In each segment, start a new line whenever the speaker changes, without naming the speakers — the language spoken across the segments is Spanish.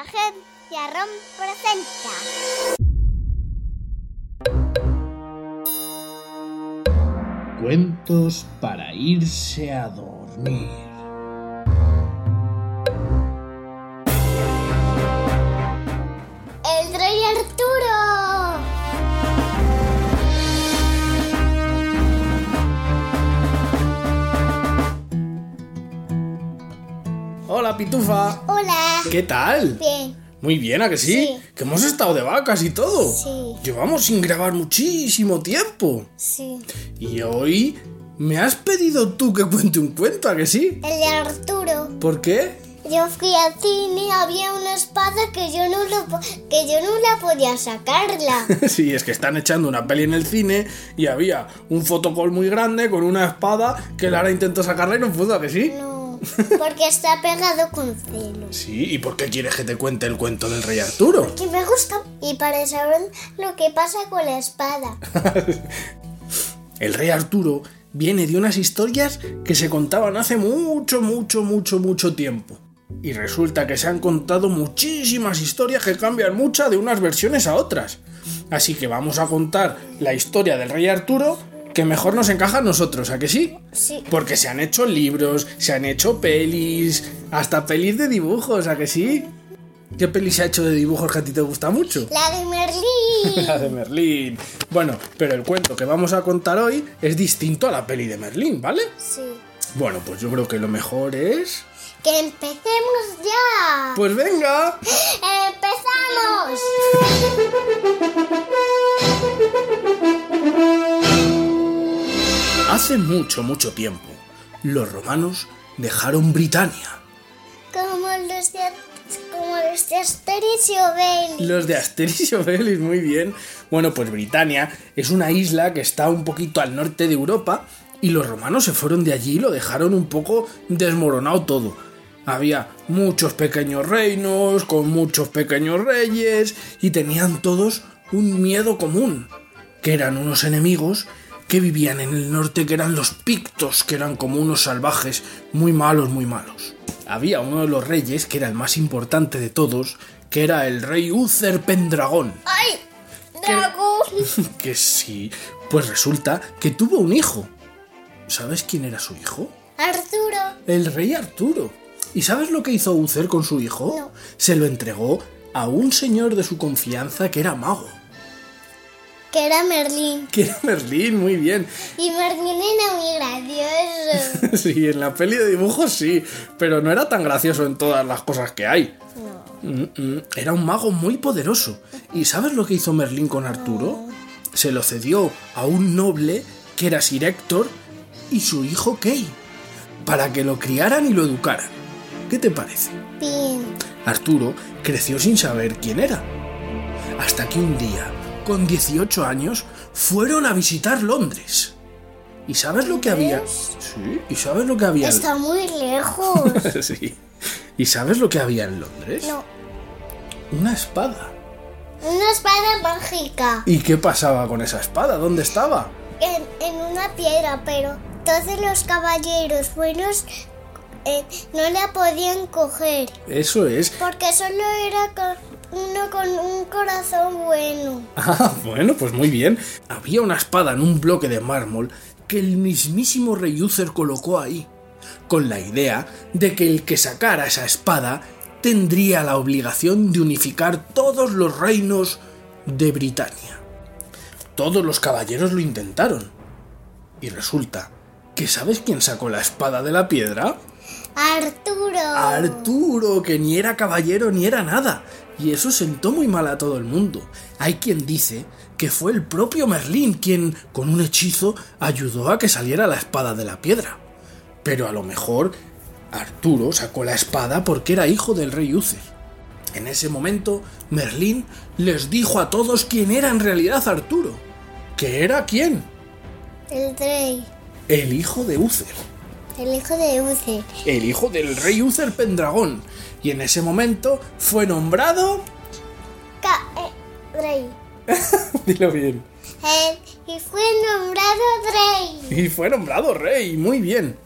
Agencia ROM presenta.
Cuentos para irse a dormir.
¡El Rey Arturo!
Hola, Pitufa.
Hola.
¿Qué tal?
Bien.
Muy bien, ¿a que sí?
Sí.
Que hemos estado de vacas y todo.
Sí.
Llevamos sin grabar muchísimo tiempo.
Sí.
Y hoy me has pedido tú que cuente un cuento, ¿a que sí?
El de Arturo.
¿Por qué?
Yo fui al cine y había una espada que yo no lo po- que yo no la podía sacarla.
sí, es que están echando una peli en el cine y había un fotocol muy grande con una espada que Lara intentó sacarla y no pudo, ¿a que sí?
No, porque está pegado con celo.
Sí, ¿y por qué quieres que te cuente el cuento del rey Arturo?
Que me gusta. Y para saber lo que pasa con la espada.
El rey Arturo viene de unas historias que se contaban hace mucho, mucho, mucho, mucho tiempo. Y resulta que se han contado muchísimas historias que cambian muchas de unas versiones a otras. Así que vamos a contar la historia del rey Arturo que mejor nos encaja a nosotros, ¿a que sí?
Sí.
Porque se han hecho libros, se han hecho pelis, hasta pelis de dibujos, ¿a que sí? ¿Qué peli se ha hecho de dibujos que a ti te gusta mucho?
La de Merlín.
La de Merlín. Bueno, pero el cuento que vamos a contar hoy es distinto a la peli de Merlín, ¿vale?
Sí.
Bueno, pues yo creo que lo mejor es.
Que empecemos ya.
¡Pues venga!
¡Empezamos!
Hace mucho, mucho tiempo, los romanos dejaron Britania.
Como los de, como los de Asterix y Obelix.
Los de Asterix y Obelix, muy bien. Bueno, pues Britania es una isla que está un poquito al norte de Europa y los romanos se fueron de allí y lo dejaron un poco desmoronado todo. Había muchos pequeños reinos con muchos pequeños reyes y tenían todos un miedo común, que eran unos enemigos que vivían en el norte, que eran los pictos, que eran como unos salvajes muy malos, muy malos. Había uno de los reyes, que era el más importante de todos, que era el rey Uther Pendragón,
¡Ay! ¡Dragón!
que sí, pues resulta que tuvo un hijo. ¿Sabes quién era su hijo?
Arturo.
El rey Arturo. ¿Y sabes lo que hizo Uther con su hijo?
No.
Se lo entregó a un señor de su confianza que era mago.
Que era Merlín.
Que era Merlín, muy bien.
Y Merlín era muy gracioso.
Sí, en la peli de dibujos sí, pero no era tan gracioso en todas las cosas que hay. Mm, mm, Era un mago muy poderoso. ¿Y sabes lo que hizo Merlín con Arturo? Se lo cedió a un noble que era Sir Héctor y su hijo Kay, para que lo criaran y lo educaran. ¿Qué te parece?
Bien.
Arturo creció sin saber quién era. Hasta que un día, con 18 años, fueron a visitar Londres. ¿Y sabes lo que había? Sí, ¿y sabes lo que había? en-
Está muy lejos.
Sí. ¿Y sabes lo que había en Londres?
No.
Una espada.
Una espada mágica.
¿Y qué pasaba con esa espada? ¿Dónde estaba?
En, en una piedra, pero todos los caballeros buenos eh, no la podían coger.
Eso es.
Porque solo era con- uno con un corazón bueno.
Ah, bueno, pues muy bien. Había una espada en un bloque de mármol que el mismísimo rey Uther colocó ahí, con la idea de que el que sacara esa espada tendría la obligación de unificar todos los reinos de Britania. Todos los caballeros lo intentaron. Y resulta que ¿sabes quién sacó la espada de la piedra?
Arturo.
Arturo, que ni era caballero ni era nada. Y eso sentó muy mal a todo el mundo. Hay quien dice que fue el propio Merlín quien, con un hechizo, ayudó a que saliera la espada de la piedra. Pero a lo mejor Arturo sacó la espada porque era hijo del rey Uther. En ese momento, Merlín les dijo a todos quién era en realidad Arturo. ¿Que era quién?
El rey,
El hijo de Uther.
el hijo de Uther,
El hijo del rey Uther Pendragón. Y en ese momento fue nombrado...
Ca- eh, rey.
Dilo bien.
Él, y fue nombrado rey.
Y fue nombrado rey, muy bien.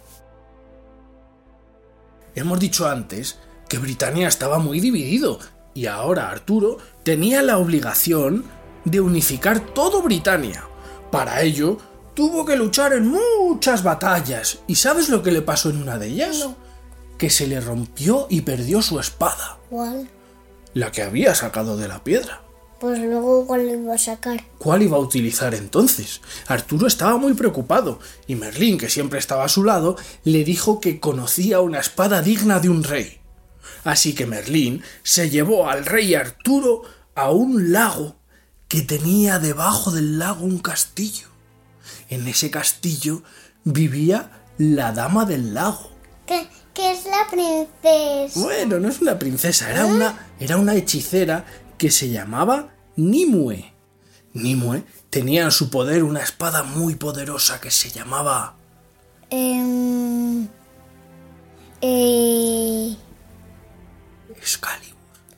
Hemos dicho antes que Britania estaba muy dividido y ahora Arturo tenía la obligación de unificar todo Britania. Para ello, tuvo que luchar en muchas batallas. ¿Y sabes lo que le pasó en una de ellas? Que se le rompió y perdió su espada,
¿Cuál?
la que había sacado de la piedra.
Pues luego cuál lo iba a sacar.
¿Cuál iba a utilizar entonces? Arturo estaba muy preocupado y Merlín, que siempre estaba a su lado, le dijo que conocía una espada digna de un rey. Así que Merlín se llevó al rey Arturo a un lago que tenía debajo del lago un castillo. En ese castillo vivía la dama del lago.
Que, que es la princesa.
Bueno, no es una princesa, era una, era una hechicera que se llamaba Nimue. Nimue tenía en su poder una espada muy poderosa que se llamaba...
Em, eh,
Excalibur.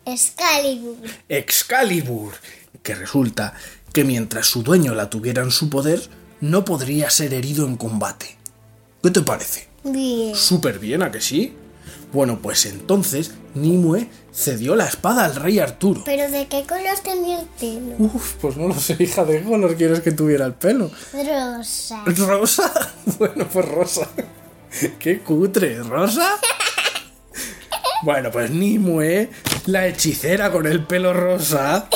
Excalibur.
Excalibur, que resulta que mientras su dueño la tuviera en su poder, no podría ser herido en combate. ¿Qué te parece?
Bien.
Súper bien, ¿a que sí? Bueno, pues entonces Nimue cedió la espada al rey Arturo.
Pero ¿de qué color tenía el pelo?
Uf, pues no lo sé, hija, ¿de qué color quieres que tuviera el pelo?
Rosa.
¿Rosa? Bueno, pues rosa. Qué cutre, ¿rosa? Bueno, pues Nimue, la hechicera con el pelo rosa,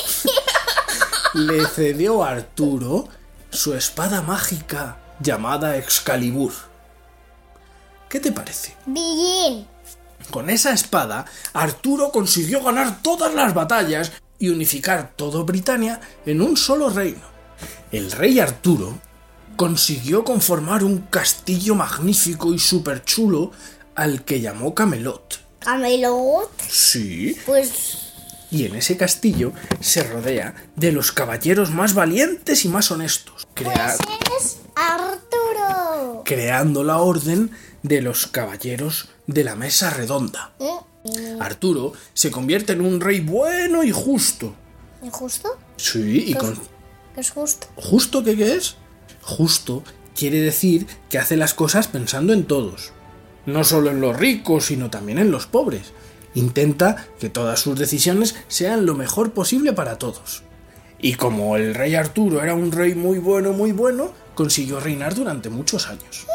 le cedió a Arturo su espada mágica llamada Excalibur. ¿Qué te parece?
Bien.
Con esa espada, Arturo consiguió ganar todas las batallas y unificar todo Britania en un solo reino. El rey Arturo consiguió conformar un castillo magnífico y superchulo al que llamó Camelot.
Camelot.
Sí,
Pues
y en ese castillo se rodea de los caballeros más valientes y más honestos, crea-
pues es Arturo.
creando la orden de los caballeros de la mesa redonda.
¿Eh?
Arturo se convierte en un rey bueno y justo.
¿Es justo?
Sí, y con...
¿Qué es justo?
¿Justo qué qué es? Justo quiere decir que hace las cosas pensando en todos. No solo en los ricos, sino también en los pobres. Intenta que todas sus decisiones sean lo mejor posible para todos. Y como el rey Arturo era un rey muy bueno, muy bueno, consiguió reinar durante muchos años.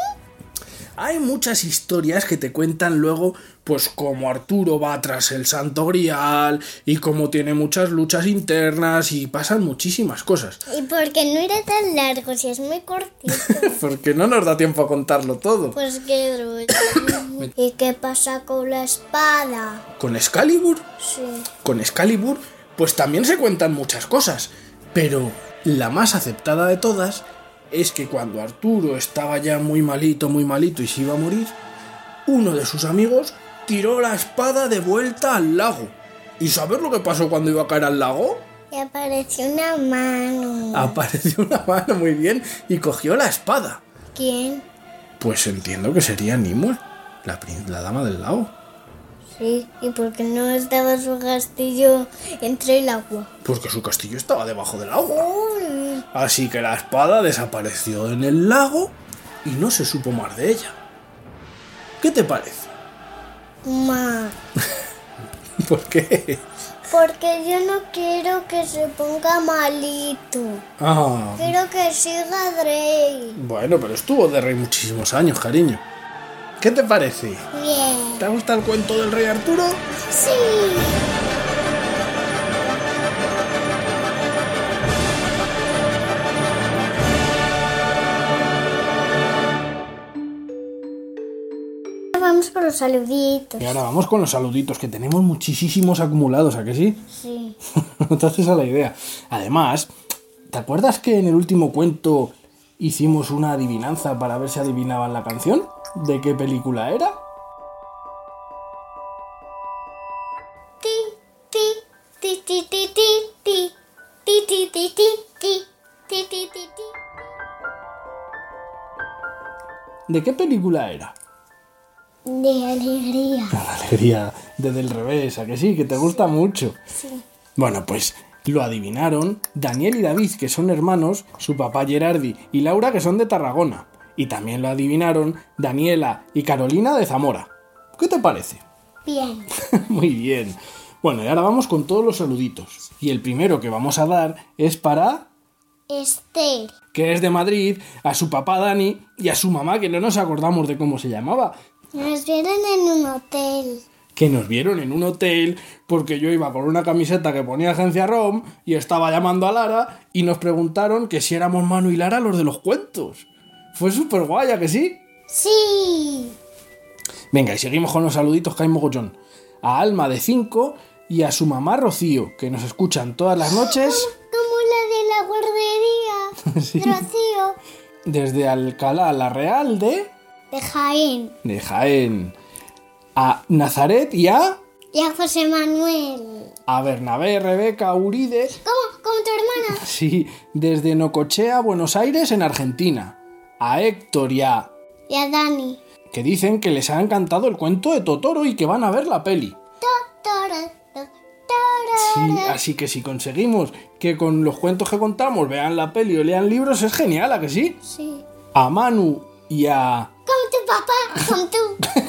Hay muchas historias que te cuentan luego, pues cómo Arturo va tras el Santo Grial y cómo tiene muchas luchas internas y pasan muchísimas cosas.
Y porque no era tan largo, si es muy cortito.
Porque no nos da tiempo a contarlo todo.
Pues qué rollo. ¿Y qué pasa con la espada?
Con Excalibur,
Sí.
con Excalibur, pues también se cuentan muchas cosas. Pero la más aceptada de todas es que cuando Arturo estaba ya muy malito, muy malito y se iba a morir, uno de sus amigos tiró la espada de vuelta al lago. ¿Y sabes lo que pasó cuando iba a caer al lago?
Y apareció una
Ah.
mano.
Apareció una mano muy bien y cogió la espada.
¿Quién?
Pues entiendo que sería Nimue, la, prin- la dama del lago.
Sí. ¿Y porque no estaba su castillo entre el agua?
Porque su castillo estaba debajo del agua.
Uy,
Así que la espada desapareció en el lago y no se supo más de ella. ¿Qué te parece?
ma.
¿Por qué?
Porque yo no quiero que se ponga malito.
Ah,
Quiero que siga Drake.
bueno, pero estuvo de rey muchísimos años, cariño. ¿Qué te parece?
Bien.
¿Te gusta el cuento del rey Arturo?
Sí. Vamos por los saluditos.
Y ahora vamos con los saluditos, que tenemos muchísimos acumulados, ¿a que sí?
Sí.
no te haces a la idea. Además, ¿te acuerdas que en el último cuento hicimos una adivinanza para ver si adivinaban la canción? ¿De qué película era?
Pi, pi, ti ti ti ti ti ti ti ti ti ti ti ti ti.
¿De qué película era?
De alegría.
La alegría desde el revés, a que sí, que te gusta mucho.
Sí.
Bueno, pues lo adivinaron Daniel y David, que son hermanos, su papá Gerardi y Laura, que son de Tarragona. Y también lo adivinaron Daniela y Carolina de Zamora. ¿Qué te parece?
Bien.
Muy bien. Bueno, y ahora vamos con todos los saluditos. Y el primero que vamos a dar es para,
Esther.
que es de Madrid, a su papá Dani y a su mamá, que no nos acordamos de cómo se llamaba,
Nos vieron en un hotel.
que nos vieron en un hotel porque yo iba con una camiseta que ponía agencia ROM y estaba llamando a Lara y nos preguntaron que si éramos Manu y Lara los de los cuentos. Fue súper guay, ¿a que sí?
Sí.
Venga, y seguimos con los saluditos que hay mogollón. A Alma de 5 y a su mamá Rocío, que nos escuchan todas las noches
Como la de la guardería.
Sí.
Rocío.
desde Alcalá la Real de,
De Jaén.
de Jaén a Nazaret y a,
Y a José Manuel.
a Bernabé, Rebeca, Uribe
¿Cómo? ¿Como tu hermana?
Sí, desde Nocochea, Buenos Aires, en Argentina. A Héctor y a...
Y a Dani.
que dicen que les ha encantado el cuento de Totoro y que van a ver la peli.
To, tora, to, tora.
Sí, así que si conseguimos que con los cuentos que contamos vean la peli o lean libros, es genial, ¿a que sí?
Sí.
A Manu y a...
Como tu papá. Como tu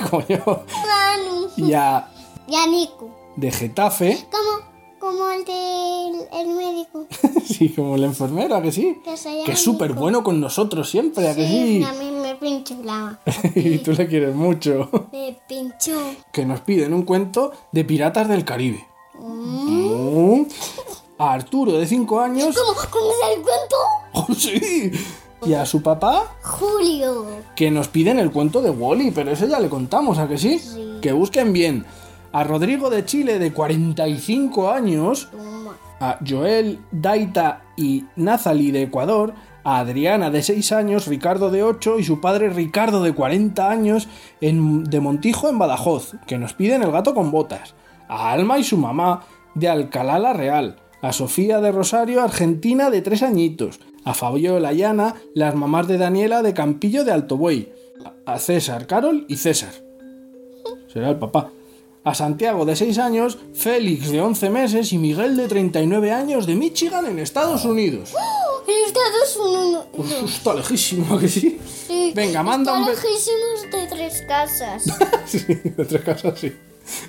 como yo,
Manu.
y a...
Y a Nico.
de Getafe,
Como, como el del el médico.
sí, como la enfermera, ¿a que sí?
Que se llama
Que es súper
Nico.
bueno con nosotros siempre, ¿a que sí?
A mí me pinchulaba.
Y tú le quieres mucho.
Me pinchó.
que nos piden un cuento de Piratas del Caribe. Mm. A Arturo de 5 años.
¿Cómo, ¿Cómo es el cuento?
¡Oh, sí! Y a su papá,
Julio.
que nos piden el cuento de Wally, pero ese ya le contamos, ¿a que sí? Que busquen bien. A Rodrigo de Chile, de 45 años. A Joel, Daita y Nazali de Ecuador. A Adriana de 6 años, Ricardo de 8 y su padre Ricardo de 40 años en- de Montijo en Badajoz, que nos piden el gato con botas. A Alma y su mamá de Alcalá la Real. A Sofía de Rosario, Argentina de 3 añitos. A Fabiola y Ana, las mamás de Daniela de Campillo de Altoboy. A a César, Carol y César. Será el papá. A Santiago de 6 años, Félix de 11 meses y Miguel de 39 años de Michigan en Estados Unidos.
¡Oh! Estados Unidos.
Uf, está lejísimo, ¿a que sí?
Sí,
Venga, manda un
está
beso.
lejísimos de tres casas.
Sí, de tres casas sí.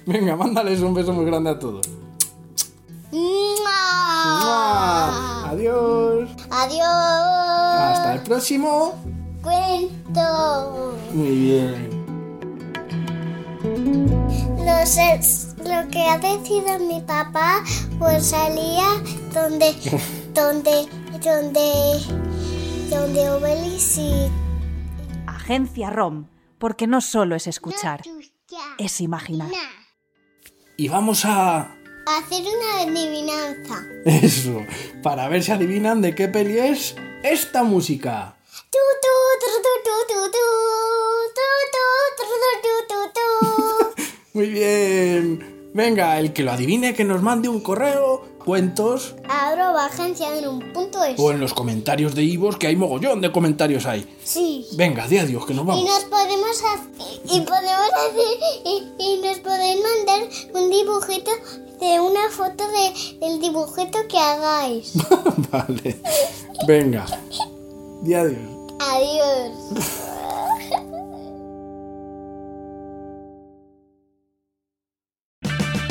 Venga, mándales un beso muy grande a todos.
¡Mua!
Adiós.
Adiós.
Hasta el próximo.
Cuento.
Muy bien.
Lo, sé- lo que ha decidido mi papá, pues salía donde, donde, donde, donde Obelix y...
Agencia ROM, porque no solo es escuchar, es imaginar.
Y vamos a...
Hacer una adivinanza.
Eso. Para ver si adivinan de qué peli es esta música.
Tu, tu, tru, tu, tu, tu, tu, tu, tu, tru, tu, tu, tu, tu.
Muy bien. Venga, el que lo adivine que nos mande un correo, cuentos
Arroba agencia en un punto es.
o en los comentarios de Ivos, que hay mogollón de comentarios ahí.
Sí.
Venga, di adiós, que nos
Y
vamos.
nos podemos hacer, y podemos hacer, y, y nos podéis mandar un dibujito de una foto de, del dibujito que hagáis.
vale. Venga. Di adiós.
Adiós.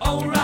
oh,